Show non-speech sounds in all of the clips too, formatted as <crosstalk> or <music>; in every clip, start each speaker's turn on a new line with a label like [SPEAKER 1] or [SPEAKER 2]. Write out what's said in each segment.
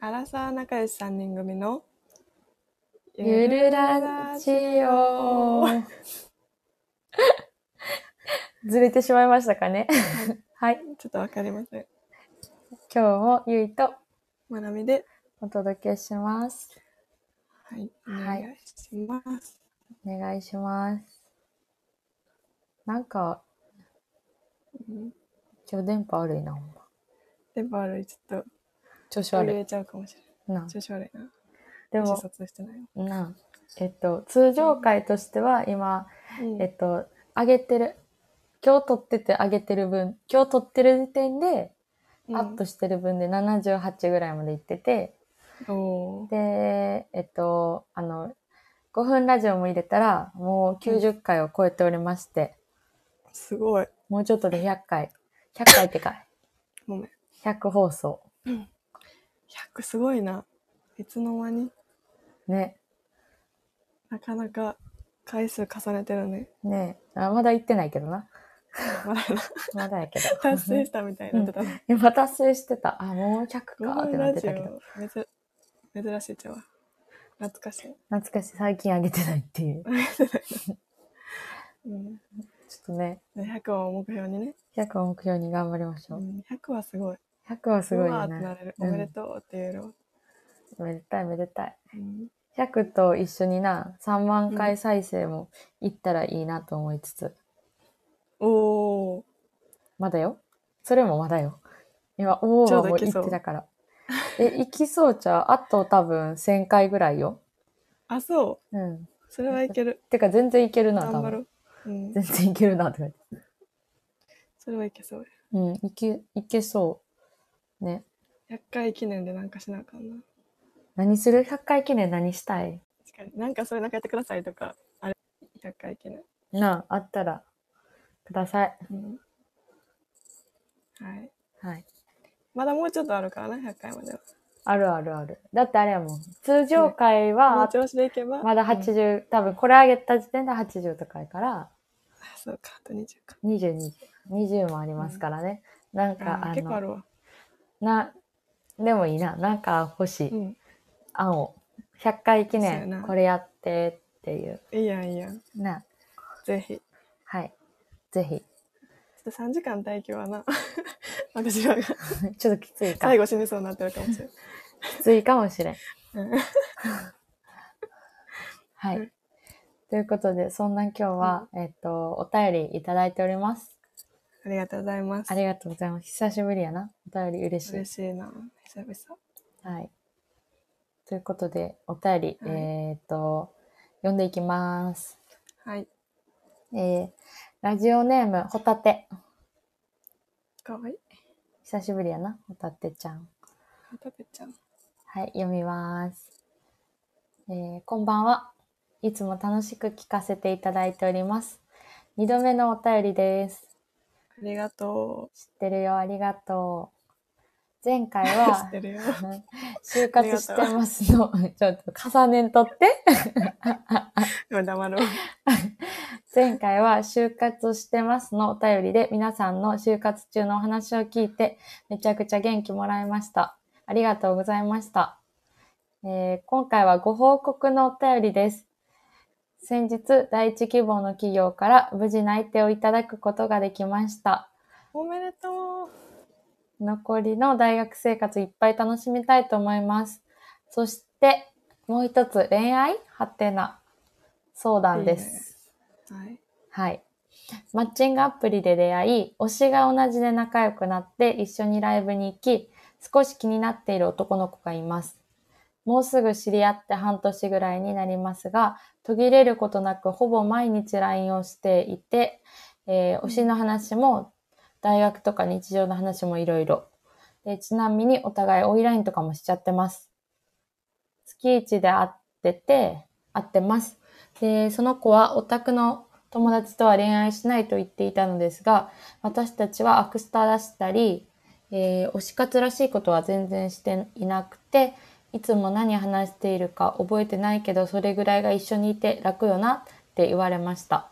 [SPEAKER 1] アラサー仲良し3人組の
[SPEAKER 2] ゆるラジオ。 <laughs> ずれてしまいましたかね。はい。
[SPEAKER 1] ちょっとわかりません。
[SPEAKER 2] 今日もゆいと
[SPEAKER 1] まなみで、
[SPEAKER 2] お届けします。
[SPEAKER 1] はい、お
[SPEAKER 2] はい
[SPEAKER 1] 願いします。
[SPEAKER 2] お願いします。なんか、
[SPEAKER 1] うん
[SPEAKER 2] 今日電波悪いな、ほんま。
[SPEAKER 1] 電波悪い、ちょっ
[SPEAKER 2] 調子
[SPEAKER 1] と
[SPEAKER 2] 悪
[SPEAKER 1] れちゃうかもしれ
[SPEAKER 2] い。な
[SPEAKER 1] ない。。調子悪いな。
[SPEAKER 2] で
[SPEAKER 1] 自
[SPEAKER 2] も、
[SPEAKER 1] 殺してない。
[SPEAKER 2] な、えっと、通常回としては今、
[SPEAKER 1] うん
[SPEAKER 2] えっと、上げてる、今日撮ってて上げてる分、今日撮ってる時点で、アップしてる分で78ぐらいまでいってて、
[SPEAKER 1] うんおー
[SPEAKER 2] で、えっと、あの、5分ラジオも入れたら、もう90回を超えておりまして、
[SPEAKER 1] すごい。
[SPEAKER 2] もうちょっとで100回。100回って
[SPEAKER 1] <laughs>
[SPEAKER 2] か、
[SPEAKER 1] ごめん。
[SPEAKER 2] 100放送。
[SPEAKER 1] 100すごいな。いつの間に
[SPEAKER 2] ね。
[SPEAKER 1] なかなか回数重ねてるね。
[SPEAKER 2] ねあまだ行ってないけどな。
[SPEAKER 1] まだな
[SPEAKER 2] まだやけ
[SPEAKER 1] <laughs>
[SPEAKER 2] ど。
[SPEAKER 1] 達成したみたいになってたの。
[SPEAKER 2] <laughs> 今達成してた。あ、もう100か
[SPEAKER 1] ゴ
[SPEAKER 2] ーっ
[SPEAKER 1] ー
[SPEAKER 2] て
[SPEAKER 1] ル
[SPEAKER 2] なっ
[SPEAKER 1] ラ
[SPEAKER 2] て
[SPEAKER 1] ジ
[SPEAKER 2] たけど。
[SPEAKER 1] オ、めず珍しいちゃうわ。懐かしい。
[SPEAKER 2] 懐かしい。最近上げてないっていう。ちょ
[SPEAKER 1] うん、
[SPEAKER 2] っとね、
[SPEAKER 1] 100を目標にね。
[SPEAKER 2] 100を目標に頑張りまし
[SPEAKER 1] う
[SPEAKER 2] ょう。
[SPEAKER 1] ん100はすごい。
[SPEAKER 2] 100はすごいう
[SPEAKER 1] わ
[SPEAKER 2] よ
[SPEAKER 1] ーってな
[SPEAKER 2] ね。
[SPEAKER 1] れる。
[SPEAKER 2] う
[SPEAKER 1] お
[SPEAKER 2] ん
[SPEAKER 1] めでとうって言えるわ。
[SPEAKER 2] めでたいめでたい。
[SPEAKER 1] うん
[SPEAKER 2] 100と一緒にな、3万
[SPEAKER 1] う
[SPEAKER 2] 回
[SPEAKER 1] ん
[SPEAKER 2] 再生もいったらいいなと思いつつ。
[SPEAKER 1] おー、
[SPEAKER 2] まだよ。それもまだよ。今、お
[SPEAKER 1] ちょ
[SPEAKER 2] ー
[SPEAKER 1] うど
[SPEAKER 2] はも
[SPEAKER 1] いうけ
[SPEAKER 2] 言
[SPEAKER 1] そう
[SPEAKER 2] ってたから。え、行きそうちゃうあと多分1000回ぐらいよ。
[SPEAKER 1] あ、そ
[SPEAKER 2] うん。
[SPEAKER 1] う。それはいける。
[SPEAKER 2] てか全然いけるな、多
[SPEAKER 1] 頑張ろ
[SPEAKER 2] 分。
[SPEAKER 1] う。うん、
[SPEAKER 2] 全然いけるな、とか言って。
[SPEAKER 1] それはいけそう
[SPEAKER 2] うん、いけ、いけそう。ね。
[SPEAKER 1] や。100回記念でなんかしなあかんな。
[SPEAKER 2] 何する ?100 回記念何したい
[SPEAKER 1] 確かに。なんかそれなんかやってくださいとか、あれ、100回記念。
[SPEAKER 2] なあ、あったら、ください。
[SPEAKER 1] うんはい。
[SPEAKER 2] はい。
[SPEAKER 1] まだもうちょっとあるからな、100回までは。
[SPEAKER 2] あるあるある。だってあれやもん。通常回
[SPEAKER 1] この
[SPEAKER 2] は、
[SPEAKER 1] 調子でいけば。
[SPEAKER 2] まだ
[SPEAKER 1] うん
[SPEAKER 2] 80、多分これ上げた時点で80とかやから、
[SPEAKER 1] あそうか、あと20か。
[SPEAKER 2] 22、20もありますからね。なんか、
[SPEAKER 1] あー
[SPEAKER 2] あ
[SPEAKER 1] 結構あ
[SPEAKER 2] の、
[SPEAKER 1] るわ。
[SPEAKER 2] な、でもいいな。なんか欲しい。
[SPEAKER 1] うん。
[SPEAKER 2] 案を。100回
[SPEAKER 1] そ
[SPEAKER 2] 記
[SPEAKER 1] うや
[SPEAKER 2] 念、
[SPEAKER 1] な
[SPEAKER 2] これやってっていう。
[SPEAKER 1] いいやん、いいやん。
[SPEAKER 2] な。
[SPEAKER 1] ぜひ。ちょ
[SPEAKER 2] はい。ぜひ。
[SPEAKER 1] っと3時間待機はな、 <laughs> 私らが
[SPEAKER 2] ちょっときついか。
[SPEAKER 1] 最後死にそうになってるかもしれ
[SPEAKER 2] きついかもしれん。
[SPEAKER 1] ない。
[SPEAKER 2] <laughs> は
[SPEAKER 1] はい
[SPEAKER 2] い。ということで、そんな今日は、えっと、お便りいただいております。
[SPEAKER 1] ありがとうございます。
[SPEAKER 2] ありがとうございます。久しぶりやな。お便り嬉しい。
[SPEAKER 1] 嬉しいな、久々。
[SPEAKER 2] はい。ということで、お便り、
[SPEAKER 1] はい
[SPEAKER 2] えっと、読んでいきます。
[SPEAKER 1] はい。
[SPEAKER 2] えー、ラジオネーム、ホタテ。
[SPEAKER 1] かわいい。
[SPEAKER 2] 久しぶりやな、ホタテちゃん。
[SPEAKER 1] たべちゃん。
[SPEAKER 2] はい、読みます。えーこんばんは。いつも楽しく聞かせていただいております。二度目のお便りです。
[SPEAKER 1] ありがと
[SPEAKER 2] 知ってるよ、ありがとう。前回
[SPEAKER 1] <laughs> う。知
[SPEAKER 2] は
[SPEAKER 1] っ、てるよ。
[SPEAKER 2] 就活してますの、 <laughs> ちょっと重ねんとって。
[SPEAKER 1] でも黙ろう。
[SPEAKER 2] 前回は就活してますのお便りで皆さんの就活中のお話を聞いてめちゃくちゃ元気もらいました。ありがとうございました。えー今回はご報告のお便りです。先日、第一希望の企業から無事内定をいただくことができました。
[SPEAKER 1] おめでとう。
[SPEAKER 2] 残りの大学生活いっぱい楽しみたいと思います。そして、もう一つ、恋愛はてな相談です。
[SPEAKER 1] はい。
[SPEAKER 2] はい。マッチングアプリで出会い、推しが同じで仲良くなって一緒にライブに行き、少し気になっている男の子がいます。もうすぐ知り合って半年ぐらいになりますが、途切れることなくほぼ毎日 LINE をしていて、えー推しの話も大学とか日常の話もいろいろ。でちなみにお互いオイラインとかもしちゃってます。月一で会ってて、会ってます。で、その子はオタクの友達とは恋愛しないと言っていたのですが、私たちはアクスタ出したり、えー推し活らしいことは全然していなくて、いつも何話しているか覚えてないけど、それぐらいが一緒にいて楽よなって言われました。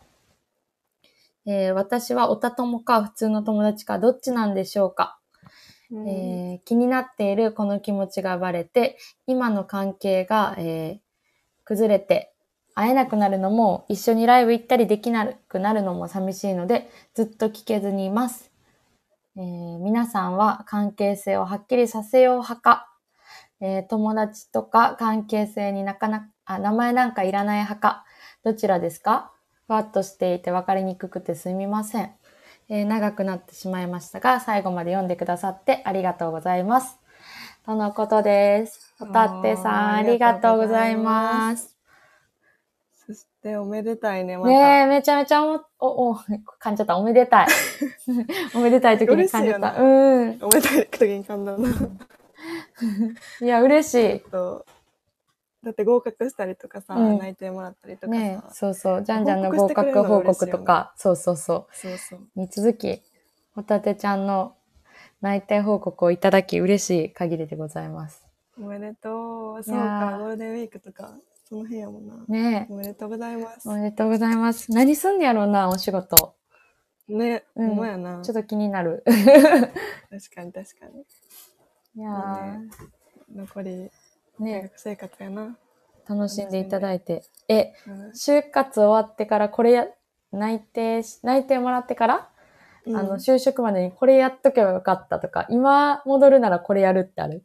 [SPEAKER 2] えー私はオタ友か普通の友達かどっちなんでしょうか
[SPEAKER 1] うん
[SPEAKER 2] えー気になっているこの気持ちがバレて、今の関係が、えー崩れて、会えなくなるのも、一緒にライブ行ったりできなくなるのも寂しいので、ずっと聞けずにいます。えー皆さんは関係性をはっきりさせよう派か、えー友達とか関係性になかなか、あ名前なんかいらない派か、どちらですかふわっとしていて分かりにくくてすみません。えー長くなってしまいましたが、最後まで読んでくださってありがとうございます。とのことです。ホタテさん、
[SPEAKER 1] あ
[SPEAKER 2] あ
[SPEAKER 1] ー
[SPEAKER 2] りがとうございます。
[SPEAKER 1] そしておめでたいね、また。
[SPEAKER 2] ねえ、めちゃめちゃおも、お、お、噛んじゃった。おめ
[SPEAKER 1] <laughs>
[SPEAKER 2] でたい。おめでたい時に噛んじゃっ
[SPEAKER 1] 嬉し
[SPEAKER 2] た。うん。
[SPEAKER 1] おめでたい時に噛んだ
[SPEAKER 2] <laughs>
[SPEAKER 1] な。
[SPEAKER 2] いや、嬉しい。
[SPEAKER 1] とだって合格したりとかさ、
[SPEAKER 2] うん
[SPEAKER 1] 内定もらったりとかさ、
[SPEAKER 2] ねえ、そうそう。じゃんじゃんの
[SPEAKER 1] 報告
[SPEAKER 2] 合
[SPEAKER 1] してくれる
[SPEAKER 2] 格
[SPEAKER 1] の
[SPEAKER 2] 報
[SPEAKER 1] 嬉しいよ
[SPEAKER 2] 告
[SPEAKER 1] ね
[SPEAKER 2] とか、そうそうそ
[SPEAKER 1] そうそう。
[SPEAKER 2] う。に続き、ホタテちゃんの内定報告をいただき、嬉しい限りでございます。
[SPEAKER 1] おめでとう。
[SPEAKER 2] い
[SPEAKER 1] そう
[SPEAKER 2] やー
[SPEAKER 1] か、ゴールデンウィークとか、その辺やもんな。
[SPEAKER 2] ねえ
[SPEAKER 1] お、めでとうございます
[SPEAKER 2] お。めでとうございます。何すんでやろうな、お仕事。
[SPEAKER 1] ね、
[SPEAKER 2] うん
[SPEAKER 1] ほんまやな。
[SPEAKER 2] ち
[SPEAKER 1] 確
[SPEAKER 2] ょっと気にな <laughs> る。
[SPEAKER 1] かに確かに。
[SPEAKER 2] いやー
[SPEAKER 1] 残り、大
[SPEAKER 2] ね
[SPEAKER 1] 学生活やな。
[SPEAKER 2] え楽しんでいただいて。え、
[SPEAKER 1] うん
[SPEAKER 2] 就活終わってからこれや、内定し、内定もらってから、あの、就職までにこれやっとけばよかったとか、今戻るならこれやるってある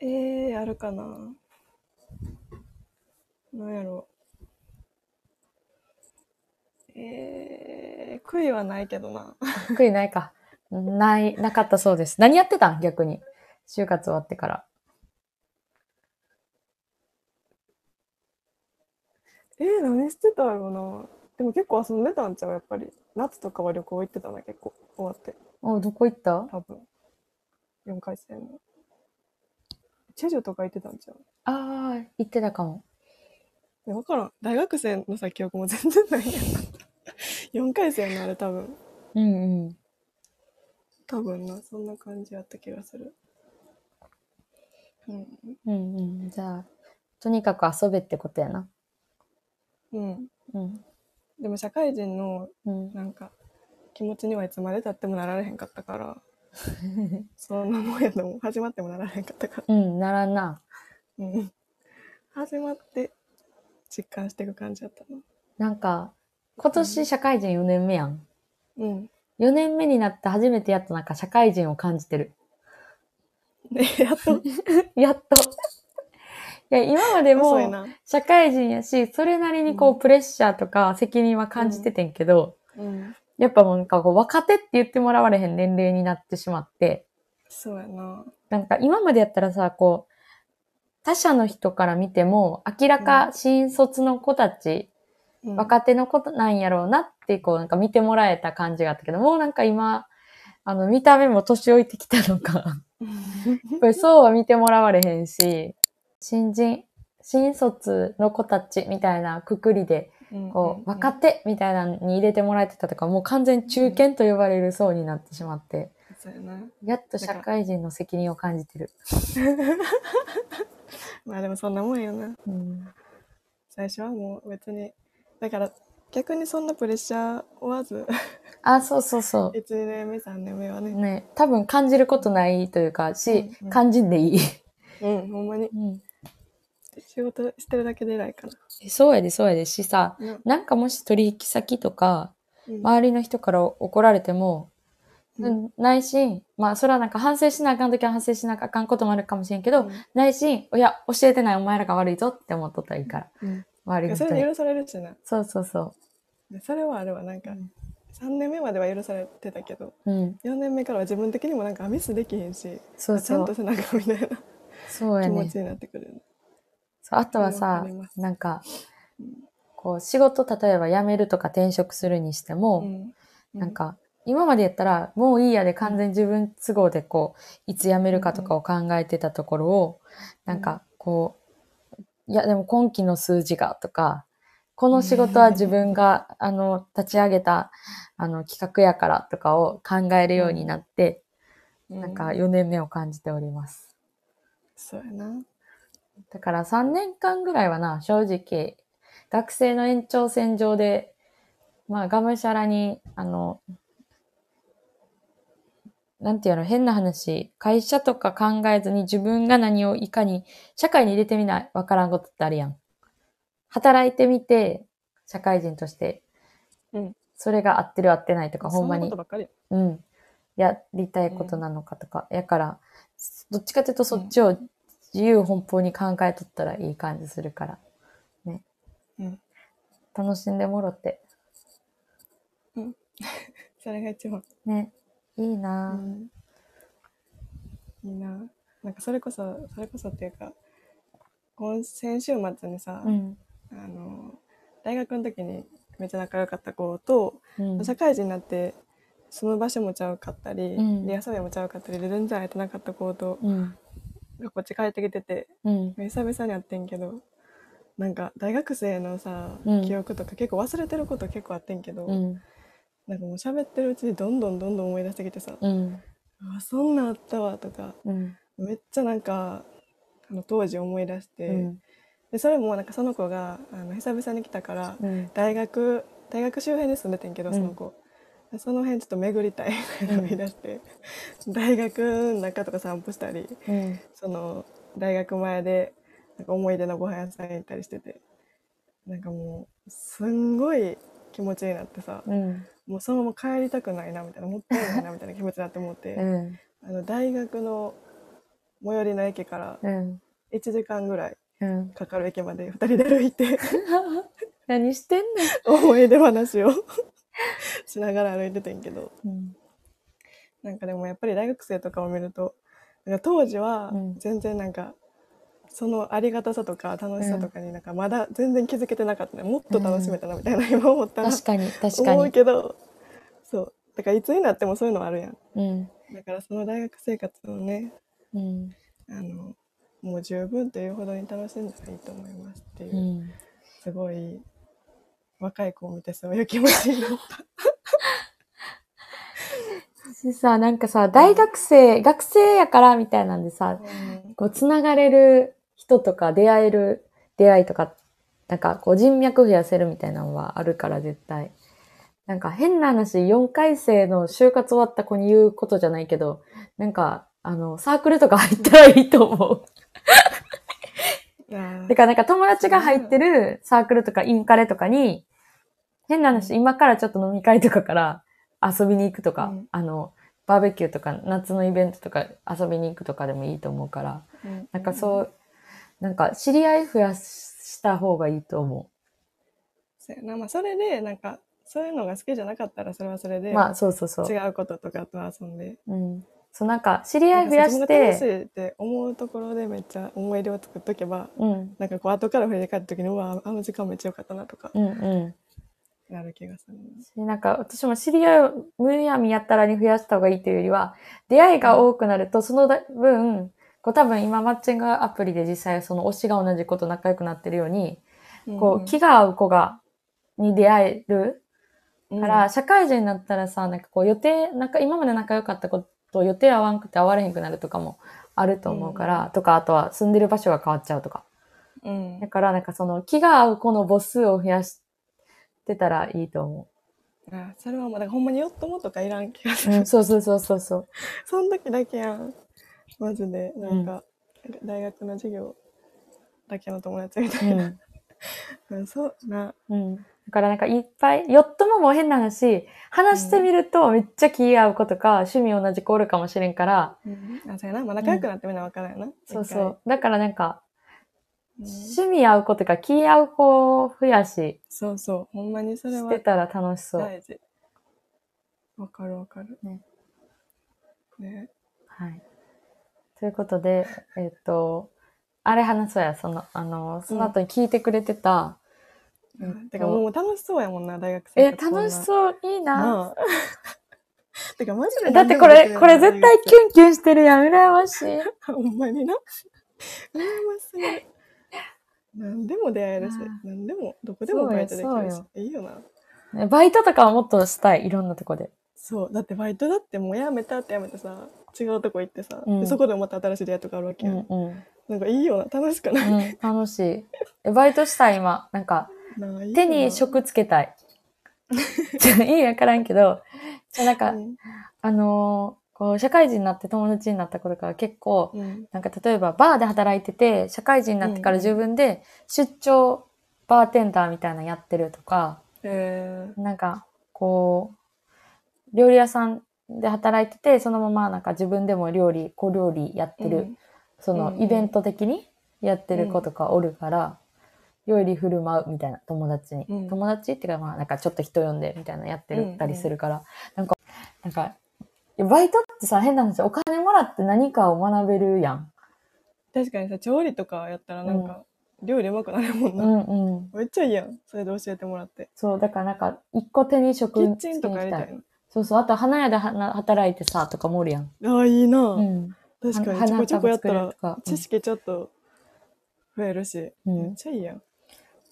[SPEAKER 1] えー、あるかな。なんやろう。えー、悔いはないけどな。
[SPEAKER 2] 悔いないか。 <laughs> ない、なかったそうです。何やってたん逆に。就活終わってから。
[SPEAKER 1] <laughs> えー、何してたやろな。でも結構遊んでたんちゃうやっぱり。夏とかは旅行行ってたな、結構。終わって。
[SPEAKER 2] おどこ行った
[SPEAKER 1] 多分。4回生の。チェジュとか行ってたんちゃう
[SPEAKER 2] あー、行ってたかも。
[SPEAKER 1] いやわからん。大学生のさ、記憶も全然ない <laughs> やん。4回生のあれ多分。
[SPEAKER 2] うんうん。
[SPEAKER 1] 多分な、そんな感じやった気がする。うん。
[SPEAKER 2] うんうん。じゃあ、とにかく遊べってことやな。
[SPEAKER 1] うん。
[SPEAKER 2] うん。
[SPEAKER 1] でも社会人の
[SPEAKER 2] うん。
[SPEAKER 1] なんか気持ちにはいつまでたってもなられへんかった
[SPEAKER 2] <laughs>
[SPEAKER 1] からそんなもんやと思う始まってもなられへんかったか
[SPEAKER 2] うん、ならんな。
[SPEAKER 1] ら、うん、始まって実感していく感じだったな
[SPEAKER 2] なんか、今年社会人4年目やん。
[SPEAKER 1] うん
[SPEAKER 2] 4年目になって初めてやっとなんか社会人を感じてる。 <laughs>
[SPEAKER 1] ねやっと
[SPEAKER 2] やっと。いや、今 <laughs> まで
[SPEAKER 1] 遅い
[SPEAKER 2] も
[SPEAKER 1] な
[SPEAKER 2] 社会人やし、それなりにこ
[SPEAKER 1] う
[SPEAKER 2] うプレッシャーとか責任は感じててんけど、
[SPEAKER 1] うん
[SPEAKER 2] やっぱもうなんかこう若手って言ってもらわれへん年齢になってしまって、
[SPEAKER 1] そうやな
[SPEAKER 2] なんか今までやったらさ、こう、他者の人から見ても明らか新卒の子たち、
[SPEAKER 1] うん
[SPEAKER 2] 若手の子なんやろうなってこうなんか見てもらえた感じがあったけど、もうなんか今、あの見た目も年老いてきたのか。
[SPEAKER 1] <laughs>
[SPEAKER 2] やっぱりそうは見てもらわれへんし、新人、新卒の子たちみたいなくくりで、
[SPEAKER 1] うん
[SPEAKER 2] こう、若
[SPEAKER 1] て
[SPEAKER 2] 手みたいなのに入れてもらえてたとか、もう完全に中堅と呼ばれる層になってしまって、
[SPEAKER 1] そうやな
[SPEAKER 2] やっと社会人の責任を感じてる。
[SPEAKER 1] まあでもそんなもんやな
[SPEAKER 2] うん。
[SPEAKER 1] 最初はもう別にだから逆にそんなプレッシャー負わず <laughs>
[SPEAKER 2] あ、そうそうそ
[SPEAKER 1] 1年目3年目は
[SPEAKER 2] う。
[SPEAKER 1] ね
[SPEAKER 2] ね、多分感じることないというか、し
[SPEAKER 1] うんう、ん
[SPEAKER 2] 感じんでいい。
[SPEAKER 1] うんほんまに
[SPEAKER 2] うん。
[SPEAKER 1] 仕事してるだけで偉いから
[SPEAKER 2] そうやで、そうやで、しさ、
[SPEAKER 1] な
[SPEAKER 2] なんかもし取引先とか、
[SPEAKER 1] うん
[SPEAKER 2] 周りの人から怒られても、
[SPEAKER 1] う
[SPEAKER 2] うんん、内心、まあ、それはなんか反省しなあかんときは反省しなあかんこともあるかもしれんけど、内心、いや、教えてないお前らが悪いぞって思っとったらいいから、
[SPEAKER 1] うん
[SPEAKER 2] 周りの
[SPEAKER 1] そ
[SPEAKER 2] 人
[SPEAKER 1] れで
[SPEAKER 2] に。
[SPEAKER 1] 許されるしな
[SPEAKER 2] そうそうそ
[SPEAKER 1] でそれはあれはなんか
[SPEAKER 2] うん
[SPEAKER 1] 3年目までは許されてたけど
[SPEAKER 2] う。うん。
[SPEAKER 1] 4年目からは自分的にもなんかミスできへんし
[SPEAKER 2] そう
[SPEAKER 1] ちゃ
[SPEAKER 2] そ
[SPEAKER 1] んと
[SPEAKER 2] う。
[SPEAKER 1] せなあかんみたいな
[SPEAKER 2] そうや
[SPEAKER 1] 気持
[SPEAKER 2] ね
[SPEAKER 1] ち。になってくるよね
[SPEAKER 2] そうあとは
[SPEAKER 1] わ
[SPEAKER 2] さ
[SPEAKER 1] かりま、す
[SPEAKER 2] なんか、こう、仕事、例えば辞めるとか転職するにしても、
[SPEAKER 1] うん
[SPEAKER 2] なんか、今までやったら、もういいやで完全に自分都合でこう、いつ辞めるかとかを考えてたところを、
[SPEAKER 1] うん
[SPEAKER 2] なんか、こう、いや、でも今期の数字がとか、この仕事は自分が、あの、立ち上げた、あの、企画やからとかを考えるようになって、
[SPEAKER 1] うん
[SPEAKER 2] なんか4年目を感じております。
[SPEAKER 1] そうやな
[SPEAKER 2] だから3年間ぐらいはな、正直、学生の延長線上で、まあ、がむしゃらに、あの、なんていうの、変な話、会社とか考えずに自分が何をいかに、社会に入れてみない、わからんことってあるやん。働いてみて、社会人として、
[SPEAKER 1] うん
[SPEAKER 2] それが合ってる合ってないとか、ほんま
[SPEAKER 1] そんなこ
[SPEAKER 2] に
[SPEAKER 1] と、ばっかりや
[SPEAKER 2] うん、やりたいことなのかとか、やから、どっちかというとそっちを自由奔放に考えとったらいい感じするから、ね。
[SPEAKER 1] うん
[SPEAKER 2] 楽しんでもろって、
[SPEAKER 1] それが一番。
[SPEAKER 2] ね。いいなぁ、
[SPEAKER 1] いいな。なんかそれこそ、それこそっていうか、今先週末にさ、
[SPEAKER 2] うん。
[SPEAKER 1] あの、大学の時にめっちゃ仲良かった子と、
[SPEAKER 2] うん。
[SPEAKER 1] 社会人になって住む場所もちゃうかったり、
[SPEAKER 2] うん
[SPEAKER 1] で遊びもちゃうかったりで全然会えてなかった子と、
[SPEAKER 2] うん。
[SPEAKER 1] こっち帰ってきてて、
[SPEAKER 2] うん。
[SPEAKER 1] 久々に会ってんけどなんか大学生のさ、
[SPEAKER 2] うん
[SPEAKER 1] 記憶とか結構忘れてること結構あってんけど、
[SPEAKER 2] うん。
[SPEAKER 1] なんかもう喋ってるうちにどんどんどんどん思い出してきてさ「
[SPEAKER 2] うん。
[SPEAKER 1] うわそんなんあったわ」とか
[SPEAKER 2] うん。
[SPEAKER 1] めっちゃなんかあの当時思い出して、
[SPEAKER 2] うん。
[SPEAKER 1] でそれもなんかその子があの久々に来たから
[SPEAKER 2] うん。
[SPEAKER 1] 大学大学周辺に住んでてんけど
[SPEAKER 2] うん
[SPEAKER 1] その子、その辺ちょっと巡りたいみたいな思い出して、大学の中とか散歩したり
[SPEAKER 2] うん。
[SPEAKER 1] その大学前でなんか思い出のご飯屋さん行ったりしててなんかもうすんごい気持ちになってさ
[SPEAKER 2] うん。
[SPEAKER 1] もうそのまま帰りたくないなみたいなもったいないなみたいな気持ちになって思っ
[SPEAKER 2] う
[SPEAKER 1] て
[SPEAKER 2] ん。
[SPEAKER 1] あの大学の最寄りの駅から
[SPEAKER 2] うん。
[SPEAKER 1] 1時間ぐらい
[SPEAKER 2] うん。
[SPEAKER 1] かかる駅まで2人で歩いて <laughs>
[SPEAKER 2] 何してん
[SPEAKER 1] 思い出話を <laughs> しながら歩いててんけど
[SPEAKER 2] のうん。
[SPEAKER 1] なんかでもやっぱり大学生とかを見るとなんか当時は
[SPEAKER 2] うん
[SPEAKER 1] 全然なんか、そのありがたさとか楽しさとかになんかまだ全然気づけてなかったねもっと楽しめたなみたいな今思ったら
[SPEAKER 2] 確かに、確か
[SPEAKER 1] 思う
[SPEAKER 2] に。
[SPEAKER 1] けどそうだからいつになってもそういうのあるやん
[SPEAKER 2] うん。
[SPEAKER 1] だからその大学生活をね
[SPEAKER 2] うん。
[SPEAKER 1] あのもう十分というほどに楽しんだらいいと思いますっていう、
[SPEAKER 2] うん。
[SPEAKER 1] すごい若い子を見てそういう気持ちになった
[SPEAKER 2] 私さ、なんかさ、大学生、学生やからみたいなんでさ、こう、つながれる人とか出会える出会いとか、なんかこう人脈増やせるみたいなのはあるから絶対。なんか変な話、4回生の就活終わった子に言うことじゃないけど、なんか、あの、サークルとか入ったらいいと思
[SPEAKER 1] いや
[SPEAKER 2] う。 <laughs>
[SPEAKER 1] ー
[SPEAKER 2] だからなんか友達が入ってるサークルとかインカレとかに、変な話、今からちょっと飲み会とかから遊びに行くとか、
[SPEAKER 1] うん
[SPEAKER 2] あの、バーベキューとか夏のイベントとか遊びに行くとかでもいいと思うから、
[SPEAKER 1] うん
[SPEAKER 2] なんかそう、なんか知り合い増やした方がいいと思
[SPEAKER 1] そうやな、まあ、それでなんかそういうのが好きじゃなかったらそれはそれ
[SPEAKER 2] う。
[SPEAKER 1] で、
[SPEAKER 2] まあそうそうそう。
[SPEAKER 1] 違うこととかと遊んで
[SPEAKER 2] うん。そうなんか知り合い増や
[SPEAKER 1] な
[SPEAKER 2] し
[SPEAKER 1] んか自分が楽し
[SPEAKER 2] て、
[SPEAKER 1] いって思うところでめっちゃ思い出を作っとけば
[SPEAKER 2] うん。
[SPEAKER 1] なんかこう後から振り返った時にうわあの時間めっちゃ良かったなとか
[SPEAKER 2] うんう
[SPEAKER 1] なる気がする
[SPEAKER 2] ん。なんか私も知り合いをむやみやったらに増やした方がいいというよりは、出会いが多くなるとその分、こう多分今マッチングアプリで実際その推しが同じ子と仲良くなってるように、
[SPEAKER 1] な、
[SPEAKER 2] こう気が合う子が、に出会える
[SPEAKER 1] うん
[SPEAKER 2] から、社会人になったらさ、なんかこう予定、なんか今まで仲良かったこと予定合わんくて会われへんくなるとかもあると思うから、とか、あとは住んでる場所が変わっちゃうとか。
[SPEAKER 1] うん
[SPEAKER 2] だからなんかその気が合う子の母数を増やしてたらいいと思
[SPEAKER 1] あそれはもうだからほんまによっともとかいらん気がす
[SPEAKER 2] う。
[SPEAKER 1] る、
[SPEAKER 2] うん、 <laughs> そうそうそうそうそう。
[SPEAKER 1] そん時だけやんマジでなんか、大学の授業だけの友達みた
[SPEAKER 2] う
[SPEAKER 1] いな、
[SPEAKER 2] ん。
[SPEAKER 1] うん、そうな <laughs>
[SPEAKER 2] うん。だからなんかいっぱい、よっとももう変な話、話してみるとめっちゃ気合う子とか、趣味同じ子おるかもしれんから、
[SPEAKER 1] あそうやな、まあ、仲良くなってみんな分からんよな、
[SPEAKER 2] そう
[SPEAKER 1] 一
[SPEAKER 2] そ
[SPEAKER 1] 回
[SPEAKER 2] う。だからなんか、
[SPEAKER 1] うん
[SPEAKER 2] 趣味合う子とか気合う子を増やし、
[SPEAKER 1] そうそうほんまにそれ
[SPEAKER 2] し
[SPEAKER 1] は
[SPEAKER 2] てたら楽しそう。
[SPEAKER 1] 大事わかるわかる
[SPEAKER 2] ね
[SPEAKER 1] ね
[SPEAKER 2] はい。ということで、えっ、と、あれ話そうや、その、あの、その後に聞いてくれてた、
[SPEAKER 1] てかもう楽しそうやもんな大学生
[SPEAKER 2] え、楽しそう、いいうな。
[SPEAKER 1] <laughs> てかマジで
[SPEAKER 2] だってこれ、これ絶対キュンキュンしてるやん、羨ま
[SPEAKER 1] <laughs>
[SPEAKER 2] しい。
[SPEAKER 1] 対ほんまにな <laughs> 羨ましい何でも出会えるし
[SPEAKER 2] あー
[SPEAKER 1] 何でもどこでもバイトでき
[SPEAKER 2] そう
[SPEAKER 1] る
[SPEAKER 2] よ
[SPEAKER 1] し
[SPEAKER 2] そう
[SPEAKER 1] いいよな
[SPEAKER 2] ねバイトとかはもっとしたい、いろんなとこで。
[SPEAKER 1] そうだってバイトだってもうやめたってやめてさ違うとこ行ってさ、
[SPEAKER 2] うん
[SPEAKER 1] でそこでまた新しい出会いとかあるわけ
[SPEAKER 2] う
[SPEAKER 1] や、
[SPEAKER 2] ん
[SPEAKER 1] ん、
[SPEAKER 2] うん。
[SPEAKER 1] なんかいいよな楽しくない、
[SPEAKER 2] うん、楽しい。え、バイトしたい、今。なんか、
[SPEAKER 1] なあいいよな
[SPEAKER 2] 手に職つけ
[SPEAKER 1] <laughs>
[SPEAKER 2] たい。ちょ意味わからんけど、じゃなんか、
[SPEAKER 1] うん
[SPEAKER 2] あのーこう、社会人になって友達になった頃から結構、
[SPEAKER 1] うん
[SPEAKER 2] なんか例えばバーで働いてて、社会人になってから自分で出張バーテンダーみたいなのやってるとか、
[SPEAKER 1] え
[SPEAKER 2] なんかこう、料理屋さんで働いてて、そのままなんか自分でも料理、小料理やっ
[SPEAKER 1] ー
[SPEAKER 2] てる、
[SPEAKER 1] うん
[SPEAKER 2] そ
[SPEAKER 1] うんう
[SPEAKER 2] の
[SPEAKER 1] ん
[SPEAKER 2] イベント的にやってる子とかおるから、料理振る舞うみたいな友達に。
[SPEAKER 1] うん
[SPEAKER 2] 友達っていうかまあなんかちょっと人呼んでみたいなのやってるったりするから、なんか、なんか、いやバイトってさ、変な話、お金もらって何かを学べるやん。
[SPEAKER 1] 確かにさ調理とかやったらなんか、料理うまくなるもん
[SPEAKER 2] う
[SPEAKER 1] な、
[SPEAKER 2] んうん。
[SPEAKER 1] めっちゃいいやんそれで教えてもらって
[SPEAKER 2] そう、だからなんか、一個手に職
[SPEAKER 1] キッチンとかやりた
[SPEAKER 2] つけ
[SPEAKER 1] い
[SPEAKER 2] に行きそうそう、あと花屋ではな働いてさ、とかもおるやん。
[SPEAKER 1] なああいいな、
[SPEAKER 2] うん。
[SPEAKER 1] 確かにちょ
[SPEAKER 2] 花
[SPEAKER 1] こちょこやった
[SPEAKER 2] 花
[SPEAKER 1] ら
[SPEAKER 2] 束作るとかうん
[SPEAKER 1] 知識ちょっと増えるし、
[SPEAKER 2] うん
[SPEAKER 1] めっちゃいいやん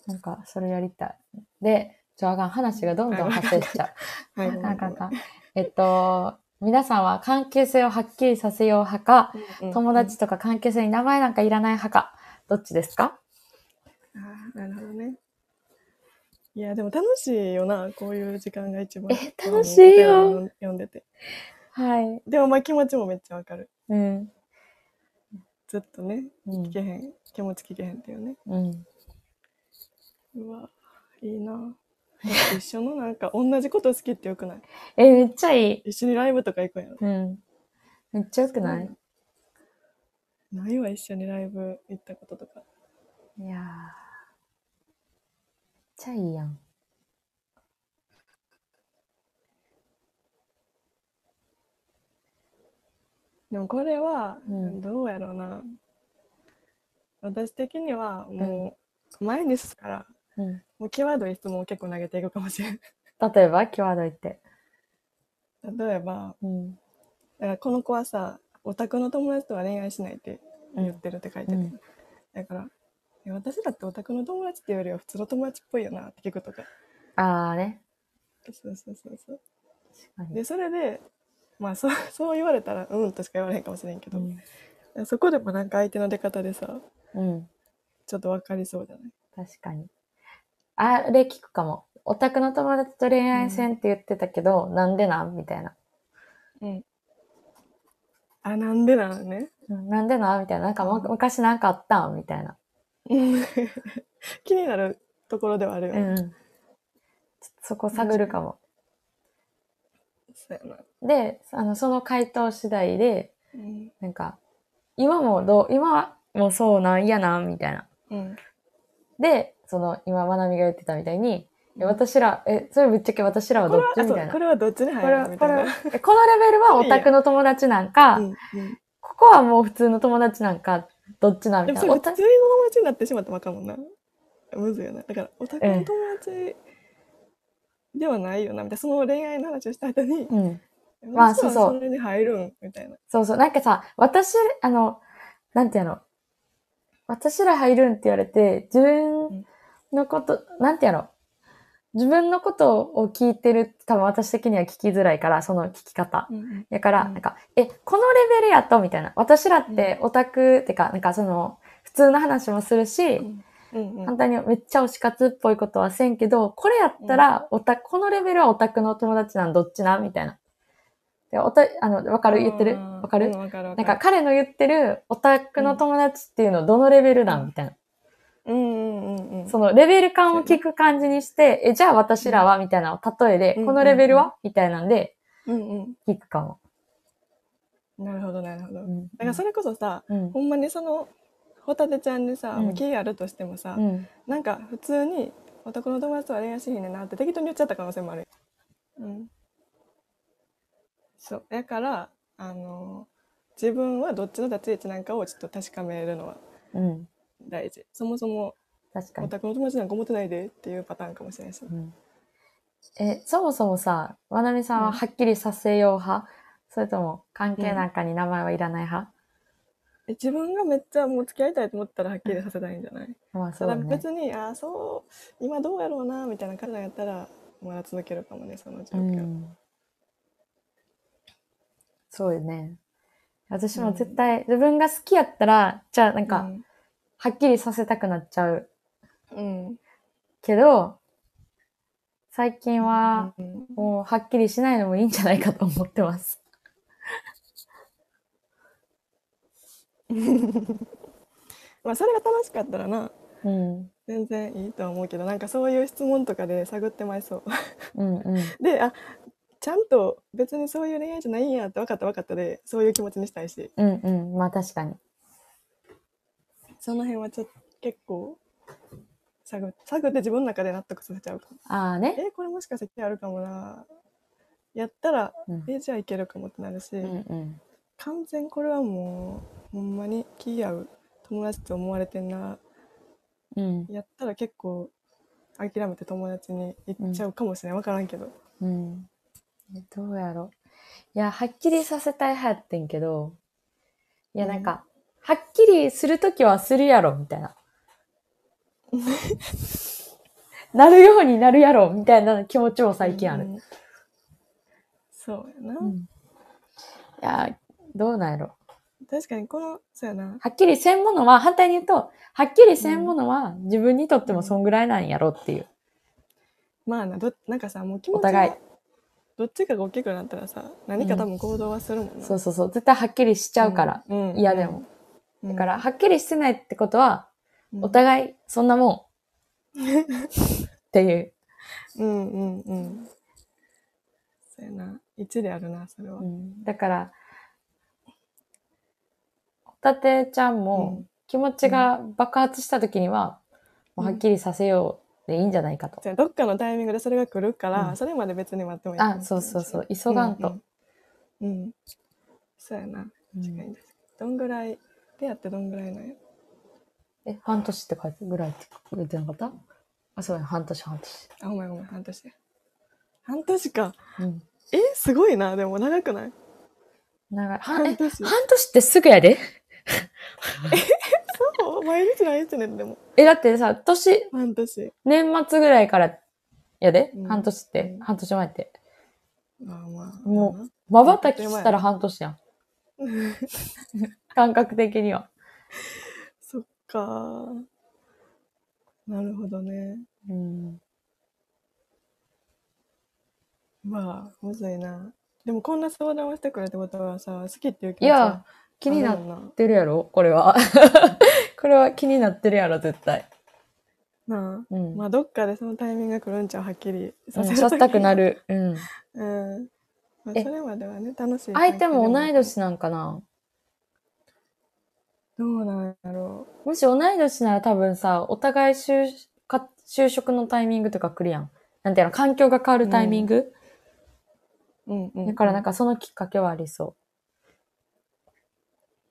[SPEAKER 2] なんか、それやりたい。で、ちょ、あかん、話がどんどん発生しちゃう。
[SPEAKER 1] はい
[SPEAKER 2] あ
[SPEAKER 1] ご
[SPEAKER 2] かん
[SPEAKER 1] め
[SPEAKER 2] <laughs> あ
[SPEAKER 1] ん
[SPEAKER 2] かん
[SPEAKER 1] ご
[SPEAKER 2] あ
[SPEAKER 1] めん
[SPEAKER 2] かん。えっと、皆さんは関係性をはっきりさせよう派か、
[SPEAKER 1] うんうん
[SPEAKER 2] 友達とか関係性に名前なんかいらない派か、どっちですか
[SPEAKER 1] あーなるほどねいやでも楽しいよなこういう時間が一番
[SPEAKER 2] え楽しいよ
[SPEAKER 1] あのお手紙読んでて
[SPEAKER 2] はい。
[SPEAKER 1] でもまあ気持ちもめっちゃわかる
[SPEAKER 2] うん。
[SPEAKER 1] ずっとね
[SPEAKER 2] うん
[SPEAKER 1] 聞け。へん気持ち聞けへんっていうね
[SPEAKER 2] うん。
[SPEAKER 1] うわいいなだって一緒のなんか同じこと好きってよくない
[SPEAKER 2] え、めっちゃいい。
[SPEAKER 1] 一緒にライブとか行くんやろ
[SPEAKER 2] うん。めっちゃよくない
[SPEAKER 1] ないわ一緒にライブ行ったこととか
[SPEAKER 2] いやー。めっちゃいいやん。
[SPEAKER 1] でもこれは、
[SPEAKER 2] うん
[SPEAKER 1] どうやろうな私的にはもう前にすから
[SPEAKER 2] うん。
[SPEAKER 1] もう際どい質問を結構投げていくかもしれん
[SPEAKER 2] 例えば、際どいって。
[SPEAKER 1] 例えば
[SPEAKER 2] うん。
[SPEAKER 1] だからこの子はさオタクの友達とは恋愛しないって言ってるって書いてある、
[SPEAKER 2] うん
[SPEAKER 1] だからえ私だってオタクの友達っていうよりは普通の友達っぽいよなって聞くとか
[SPEAKER 2] あーね。
[SPEAKER 1] そうそうそうそう
[SPEAKER 2] 確かに。
[SPEAKER 1] でそれでまあそう <laughs> そう言われたらうんとしか言われへんかもしれんけ
[SPEAKER 2] う
[SPEAKER 1] ど、
[SPEAKER 2] ん。
[SPEAKER 1] そこでもなんか相手の出方でさ
[SPEAKER 2] うん。
[SPEAKER 1] ちょっと分かりそうじゃない
[SPEAKER 2] 確かに。あれ聞くかも。オタクの友達と恋愛せんって言ってたけど、なんでなんみたいな。
[SPEAKER 1] うん。あ、なんでなのね。
[SPEAKER 2] うんなんでなんみたいな。なんか、ま
[SPEAKER 1] うん
[SPEAKER 2] 昔なんかあったんみたいな。
[SPEAKER 1] 気になるところではあるよ
[SPEAKER 2] う
[SPEAKER 1] ね。
[SPEAKER 2] ん。ちょっとそこ探るかも。
[SPEAKER 1] そうやな。
[SPEAKER 2] で、あの、その回答次第で、
[SPEAKER 1] うん。
[SPEAKER 2] なんか、今もどう、今もそうなん、嫌なんみたいな。
[SPEAKER 1] うん。
[SPEAKER 2] で、その、今、まなみが言ってたみたいに、え私ら、え、それぶっちゃけ私らは
[SPEAKER 1] こ
[SPEAKER 2] どっ
[SPEAKER 1] れは、
[SPEAKER 2] ち
[SPEAKER 1] あ
[SPEAKER 2] み
[SPEAKER 1] そ
[SPEAKER 2] たいうな。
[SPEAKER 1] こ
[SPEAKER 2] こ
[SPEAKER 1] れはどっちに入
[SPEAKER 2] れ
[SPEAKER 1] る
[SPEAKER 2] は、
[SPEAKER 1] のみた
[SPEAKER 2] こ
[SPEAKER 1] い
[SPEAKER 2] れは
[SPEAKER 1] な。
[SPEAKER 2] えこのレベルはオタクの友達なんか、
[SPEAKER 1] うんうん
[SPEAKER 2] ここはもう普通の友達なんか、どっちなん
[SPEAKER 1] で
[SPEAKER 2] み
[SPEAKER 1] も
[SPEAKER 2] た
[SPEAKER 1] そ
[SPEAKER 2] い
[SPEAKER 1] れ
[SPEAKER 2] な。お
[SPEAKER 1] 普通
[SPEAKER 2] た
[SPEAKER 1] に友達になってしまったらあかんもんな。むずいよな。だから、オタクの友達ではないよな、みたいな。その恋愛の話をした後に、
[SPEAKER 2] うん。まあ
[SPEAKER 1] 私は
[SPEAKER 2] そうそう
[SPEAKER 1] それに入るんみたいな。
[SPEAKER 2] そうそう。なんかさ、私、あの、なんていうの。私ら入るんって言われて、自分のこと、なんていうの。自分のことを聞いてるって多分私的には聞きづらいから、その聞き方。だから、
[SPEAKER 1] うん
[SPEAKER 2] なんか、え、このレベルやとみたいな。私らってオタク、ってか、なんかその、普通の話もするし、
[SPEAKER 1] うんうん
[SPEAKER 2] 反対にめっちゃ推し活っぽいことはせんけど、これやったら、オタク、このレベルはオタクの友達なんどっちなみたいな。で、おた、あの、わかる言ってる
[SPEAKER 1] うん
[SPEAKER 2] わかる
[SPEAKER 1] うんわかるわ
[SPEAKER 2] な
[SPEAKER 1] か
[SPEAKER 2] ん
[SPEAKER 1] る。
[SPEAKER 2] か彼の言ってるオタクの友達っていうのどのレベルなんみたいな。
[SPEAKER 1] うんうんうんうん。
[SPEAKER 2] そのレベル感を聞く感じにして、え、じゃあ私らはみたいなのを例えで、
[SPEAKER 1] うん
[SPEAKER 2] このレベルはみたいなんで
[SPEAKER 1] うん
[SPEAKER 2] 聞くかも。
[SPEAKER 1] うん。なるほど、なるほど。
[SPEAKER 2] う
[SPEAKER 1] だ
[SPEAKER 2] ん。
[SPEAKER 1] からそれこそさ、
[SPEAKER 2] うん
[SPEAKER 1] ほんまにそのホタテちゃんにさ、
[SPEAKER 2] うん
[SPEAKER 1] 気があるとしてもさ、
[SPEAKER 2] うん。
[SPEAKER 1] なんか普通に男の友達とは恋愛しひんねんなって適当に言っちゃった可能性もあるよ。うん。そう。だから、あの自分はどっちの立ち位置なんかをちょっと確かめるのは
[SPEAKER 2] うん。
[SPEAKER 1] 大事。そもそも
[SPEAKER 2] 確かに。
[SPEAKER 1] 男の友達なんか思ってないでっていうパターンかもしれないし。
[SPEAKER 2] うんえ、そもそもさ、まなみさんははっきりさせよう派、それとも関係なんかに名前はいらない派、
[SPEAKER 1] え自分がめっちゃもう付き合いたいと思ったらはっきりさせたいんじゃない、
[SPEAKER 2] まあそ
[SPEAKER 1] た
[SPEAKER 2] う
[SPEAKER 1] だ
[SPEAKER 2] だね。
[SPEAKER 1] 別に、ああ、そう、今どうやろうな、みたいな感じなんやったら、まだ続けるかもね、その状
[SPEAKER 2] う
[SPEAKER 1] 況。
[SPEAKER 2] ん。そうよね。私も絶対、自分が好きやったら、じゃあなんか、はっきりさせたくなっちゃう
[SPEAKER 1] うん、うん、
[SPEAKER 2] けど、最近は
[SPEAKER 1] うん
[SPEAKER 2] もうはっきりしないのもいいんじゃないかと思ってます。
[SPEAKER 1] まあそれが楽しかったらな
[SPEAKER 2] うん。
[SPEAKER 1] 全然いいとは思うけどなんかそういう質問とかで探ってまいそう
[SPEAKER 2] うんうん。
[SPEAKER 1] <laughs> であちゃんと別にそういう恋愛じゃないんやって分かった分かったでそういう気持ちにしたいし
[SPEAKER 2] うんうん。まあ確かに。
[SPEAKER 1] その辺はちょっと結構探探って自分の中で納得させちゃうかも
[SPEAKER 2] ああね。
[SPEAKER 1] えこれもしかして気あるかもなやったら
[SPEAKER 2] うん
[SPEAKER 1] えじゃあいけるかもってなるし、
[SPEAKER 2] うんうん。
[SPEAKER 1] 完全これはもうほんまに気合う友達と思われてんな
[SPEAKER 2] うん。
[SPEAKER 1] やったら結構諦めて友達に行っちゃうかもしれない、分からんけど
[SPEAKER 2] うん。えどうやろう。いや、はっきりさせたい派やってんけど、いや、なんか、はっきりするときはするやろ、みたいな。なるようになるやろ、みたいな気持ちも最近あ
[SPEAKER 1] う
[SPEAKER 2] る。
[SPEAKER 1] んそうやな、
[SPEAKER 2] うん。いや、どうなんやろ。
[SPEAKER 1] 確かにこのそうやな
[SPEAKER 2] はっきりせんものは、反対に言うと、はっきりせんものは自分にとってもそんぐらいなんやろっていう。
[SPEAKER 1] まあなどなんかさもう気持
[SPEAKER 2] お
[SPEAKER 1] ち
[SPEAKER 2] 互い
[SPEAKER 1] がどっちかが大きくなったらさ何か多分行動はするもんな、うん、
[SPEAKER 2] そうそうそう。絶対はっきりしちゃうから。
[SPEAKER 1] うん、
[SPEAKER 2] 嫌でも。
[SPEAKER 1] うん、
[SPEAKER 2] だ
[SPEAKER 1] だ
[SPEAKER 2] から、はっきりしてないってことは、お
[SPEAKER 1] い
[SPEAKER 2] 互い、そんなも
[SPEAKER 1] <laughs>
[SPEAKER 2] ん。っていう。
[SPEAKER 1] うんうんうんそうやな一理あるなそれは、
[SPEAKER 2] うんだから、ホタテちゃ
[SPEAKER 1] う
[SPEAKER 2] んも
[SPEAKER 1] ん
[SPEAKER 2] 気持ちが爆発した時には、
[SPEAKER 1] うん
[SPEAKER 2] もうはっきりさせようでいいんじゃないかと。
[SPEAKER 1] じゃあどっかのタイミングでそれが来るから、
[SPEAKER 2] うん
[SPEAKER 1] それまで別に待ってもいいかもしれ
[SPEAKER 2] あ、
[SPEAKER 1] んし
[SPEAKER 2] そうそうそう。急がんと。
[SPEAKER 1] うん、うんうんそうやな確か
[SPEAKER 2] うん
[SPEAKER 1] に確かにどんぐらい出会ってどんぐらいなんや
[SPEAKER 2] え、半年って書いてぐらいって言ってなかったあ、そうや、半年、半年。
[SPEAKER 1] あごめんごめん半年や半年か
[SPEAKER 2] うん。
[SPEAKER 1] えすごいなでも長くない
[SPEAKER 2] 長い。はえ
[SPEAKER 1] 半
[SPEAKER 2] 半
[SPEAKER 1] 年
[SPEAKER 2] 年ってすぐやで。
[SPEAKER 1] そう毎日毎日ねでも
[SPEAKER 2] え、だってさ、年、
[SPEAKER 1] 半年
[SPEAKER 2] 年末ぐらいからやで。
[SPEAKER 1] うん
[SPEAKER 2] 半年って
[SPEAKER 1] う、ん
[SPEAKER 2] 半年前って。
[SPEAKER 1] まあまあ
[SPEAKER 2] もまばたきしたら半年や <laughs> ん。
[SPEAKER 1] う
[SPEAKER 2] 感覚的には。
[SPEAKER 1] そっかなるほどね
[SPEAKER 2] うん。
[SPEAKER 1] まあむずいなでもこんな相談をしてくれってことはさ好きっていう気
[SPEAKER 2] い
[SPEAKER 1] 持ちは
[SPEAKER 2] や、気にな
[SPEAKER 1] ある
[SPEAKER 2] っ
[SPEAKER 1] もん
[SPEAKER 2] てるやろこれ <laughs> は。これは気になってるやろ絶対。
[SPEAKER 1] ななあ
[SPEAKER 2] うん。
[SPEAKER 1] まあどっかでそのタイミングが来るんちゃうはっきり
[SPEAKER 2] う
[SPEAKER 1] さ
[SPEAKER 2] ん
[SPEAKER 1] せる
[SPEAKER 2] させたくな
[SPEAKER 1] る。
[SPEAKER 2] る。うん。
[SPEAKER 1] うん。まあ、
[SPEAKER 2] え
[SPEAKER 1] それまではね、楽しい。
[SPEAKER 2] 相手も同い。年なんかな
[SPEAKER 1] どうなんやろ
[SPEAKER 2] もし同い年なら多分さ、お互い就か就職のタイミングとか来るやん。なんていうの、環境が変わるタイミング、
[SPEAKER 1] う。うんうん、
[SPEAKER 2] だからなんかそのきっかけはありそう。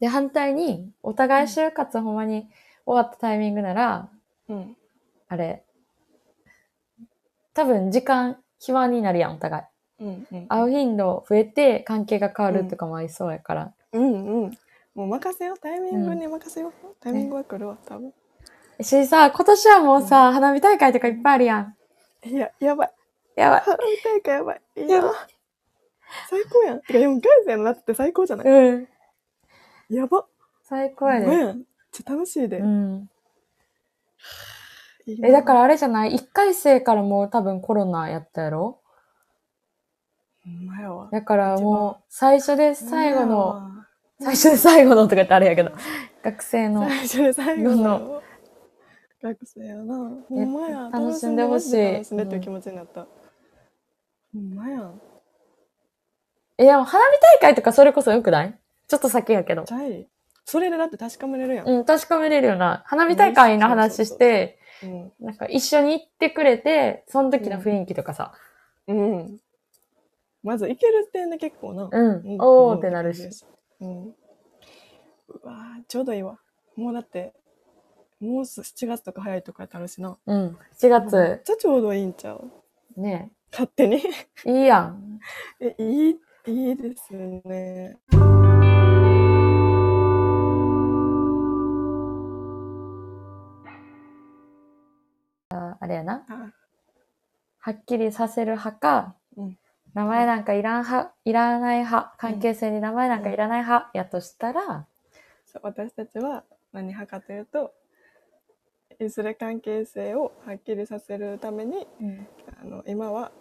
[SPEAKER 2] で、反対に、お互い就活ほんまに終わったタイミングなら、
[SPEAKER 1] うん。
[SPEAKER 2] あれ、多分時間、暇になるやん、お互い。
[SPEAKER 1] うんうん。
[SPEAKER 2] 会う頻度増えて関係が変わるとかもありそうやから、
[SPEAKER 1] うんうん。もう任せよう。タイミングに任せよう。タイミングは来るわ、多分。
[SPEAKER 2] しさ今年はもうさ、花火大会とかいっぱいあるやん
[SPEAKER 1] いや、や
[SPEAKER 2] <laughs>
[SPEAKER 1] ばい。
[SPEAKER 2] やばい
[SPEAKER 1] 花火大会やばい。い
[SPEAKER 2] や
[SPEAKER 1] や
[SPEAKER 2] ばい
[SPEAKER 1] 最高やん。てか4回生になって最高じゃない
[SPEAKER 2] うん
[SPEAKER 1] やば。
[SPEAKER 2] 最高やで、
[SPEAKER 1] ねめっちゃ楽しいで。
[SPEAKER 2] うん、
[SPEAKER 1] いいな
[SPEAKER 2] えだからあれじゃない1回生からもう多分コロナやったやろ
[SPEAKER 1] ほんまやわ。
[SPEAKER 2] だからもう最初で最後
[SPEAKER 1] ほん
[SPEAKER 2] の
[SPEAKER 1] まやわ。
[SPEAKER 2] 最初で最後のとか言ってあれやけど学生の
[SPEAKER 1] 最初で最後の学生やな。ほんまや。
[SPEAKER 2] 楽しんでほしい
[SPEAKER 1] 楽しんでっていう気持ちになった。ほんまや。
[SPEAKER 2] えでも花火大会とかそれこそよくないちょっと先やけど
[SPEAKER 1] じゃい。それでだって確かめれるやん。
[SPEAKER 2] うん確かめれるよな花火大会の話して
[SPEAKER 1] うん。
[SPEAKER 2] なんか一緒に行ってくれてその時の雰囲気とかさ、
[SPEAKER 1] うん。まずいける点で結構な。
[SPEAKER 2] うん
[SPEAKER 1] うん。
[SPEAKER 2] おーってなるし。
[SPEAKER 1] うん。うわーちょうどいいわ。もうだって、もうす7月とか早いとかやったらあるしな。
[SPEAKER 2] うん。
[SPEAKER 1] め
[SPEAKER 2] 7
[SPEAKER 1] っ
[SPEAKER 2] 月、
[SPEAKER 1] ちゃちょうどいいんちゃう
[SPEAKER 2] ね
[SPEAKER 1] 勝手
[SPEAKER 2] <laughs>
[SPEAKER 1] に。
[SPEAKER 2] いいやん。
[SPEAKER 1] え、いい、いいですね。
[SPEAKER 2] ああれやな。
[SPEAKER 1] あ、
[SPEAKER 2] はっきりさせる派か、
[SPEAKER 1] うん
[SPEAKER 2] 名前なんかいらん派、いらない派、関係性に名前なんかいらない派やとしたら、
[SPEAKER 1] そう私たちは何派かというといずれ関係性をはっきりさせるために
[SPEAKER 2] うん
[SPEAKER 1] あの今は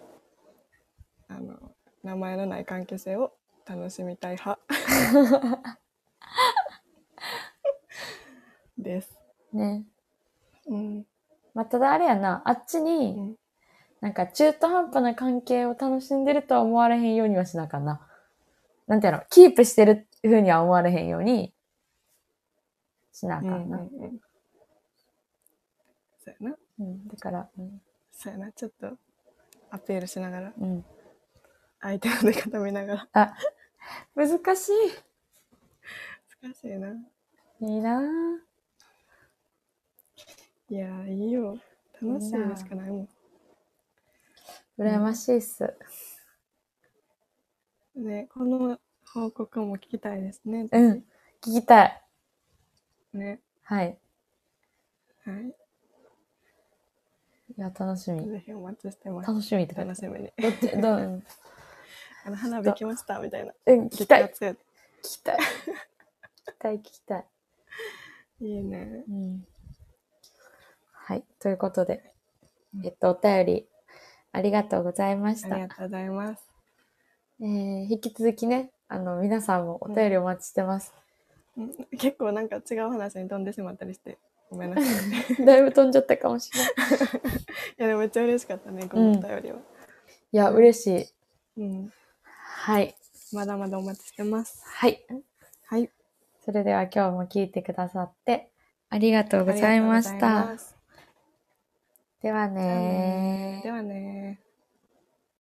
[SPEAKER 1] あの名前のない関係性を楽しみたい派 <laughs> です。
[SPEAKER 2] ね。
[SPEAKER 1] うん。
[SPEAKER 2] まあ、ただあれやな、あっちに、
[SPEAKER 1] うん
[SPEAKER 2] なんか中途半端な関係を楽しんでるとは思われへんようにはしなあかんな。なんていうの、キープしてるふうには思われへんようにしなあ
[SPEAKER 1] う
[SPEAKER 2] か
[SPEAKER 1] んうんん
[SPEAKER 2] な。
[SPEAKER 1] うん。そうやな。
[SPEAKER 2] うん、だから、うん。
[SPEAKER 1] そうやな。ちょっとアピールしながら、
[SPEAKER 2] うん、
[SPEAKER 1] 相手の出方見ながら。 <laughs>
[SPEAKER 2] 難し
[SPEAKER 1] 難しいな。
[SPEAKER 2] い。いいなあ
[SPEAKER 1] いやー、いいよ。楽しいのしかないもん。
[SPEAKER 2] 羨ましいっす。
[SPEAKER 1] ね、この報告も聞きたいですね。
[SPEAKER 2] うん、聞きたい。
[SPEAKER 1] ね。
[SPEAKER 2] はい。
[SPEAKER 1] はい。
[SPEAKER 2] いや、楽しみ。
[SPEAKER 1] ぜひお待ちしてます。
[SPEAKER 2] 楽しみって感
[SPEAKER 1] 楽
[SPEAKER 2] じ。
[SPEAKER 1] しみに。
[SPEAKER 2] どっち、どう、
[SPEAKER 1] あの花火来ましたみたいな。
[SPEAKER 2] うん、聞きたい。聞
[SPEAKER 1] 激アツやで
[SPEAKER 2] きたい。聞きたい、聞きたい。
[SPEAKER 1] いいね。
[SPEAKER 2] うんはい。ということで
[SPEAKER 1] う、ん
[SPEAKER 2] えっと、お便り、ありがとうございまし
[SPEAKER 1] あ
[SPEAKER 2] た。
[SPEAKER 1] り
[SPEAKER 2] え
[SPEAKER 1] がとうございます。
[SPEAKER 2] ー引き続きね、あの、皆さんもお便りお待ちしてます。 <laughs>
[SPEAKER 1] うん結構なんか違う話に飛んでしまったりして。ごめんなさい。
[SPEAKER 2] <laughs>
[SPEAKER 1] い
[SPEAKER 2] だいぶ飛んじゃったかもしれ <laughs> ない。
[SPEAKER 1] や、でもめっちゃ嬉しかったね、このお便りは。
[SPEAKER 2] いや、嬉しい。
[SPEAKER 1] うん。
[SPEAKER 2] はい。
[SPEAKER 1] まだまだお待ちしてます。
[SPEAKER 2] はい。
[SPEAKER 1] はい。
[SPEAKER 2] それでは今日も聞いてくださって、ありがとうございまし
[SPEAKER 1] ありがとうござい
[SPEAKER 2] た
[SPEAKER 1] ま。す
[SPEAKER 2] ではねー
[SPEAKER 1] ではねー。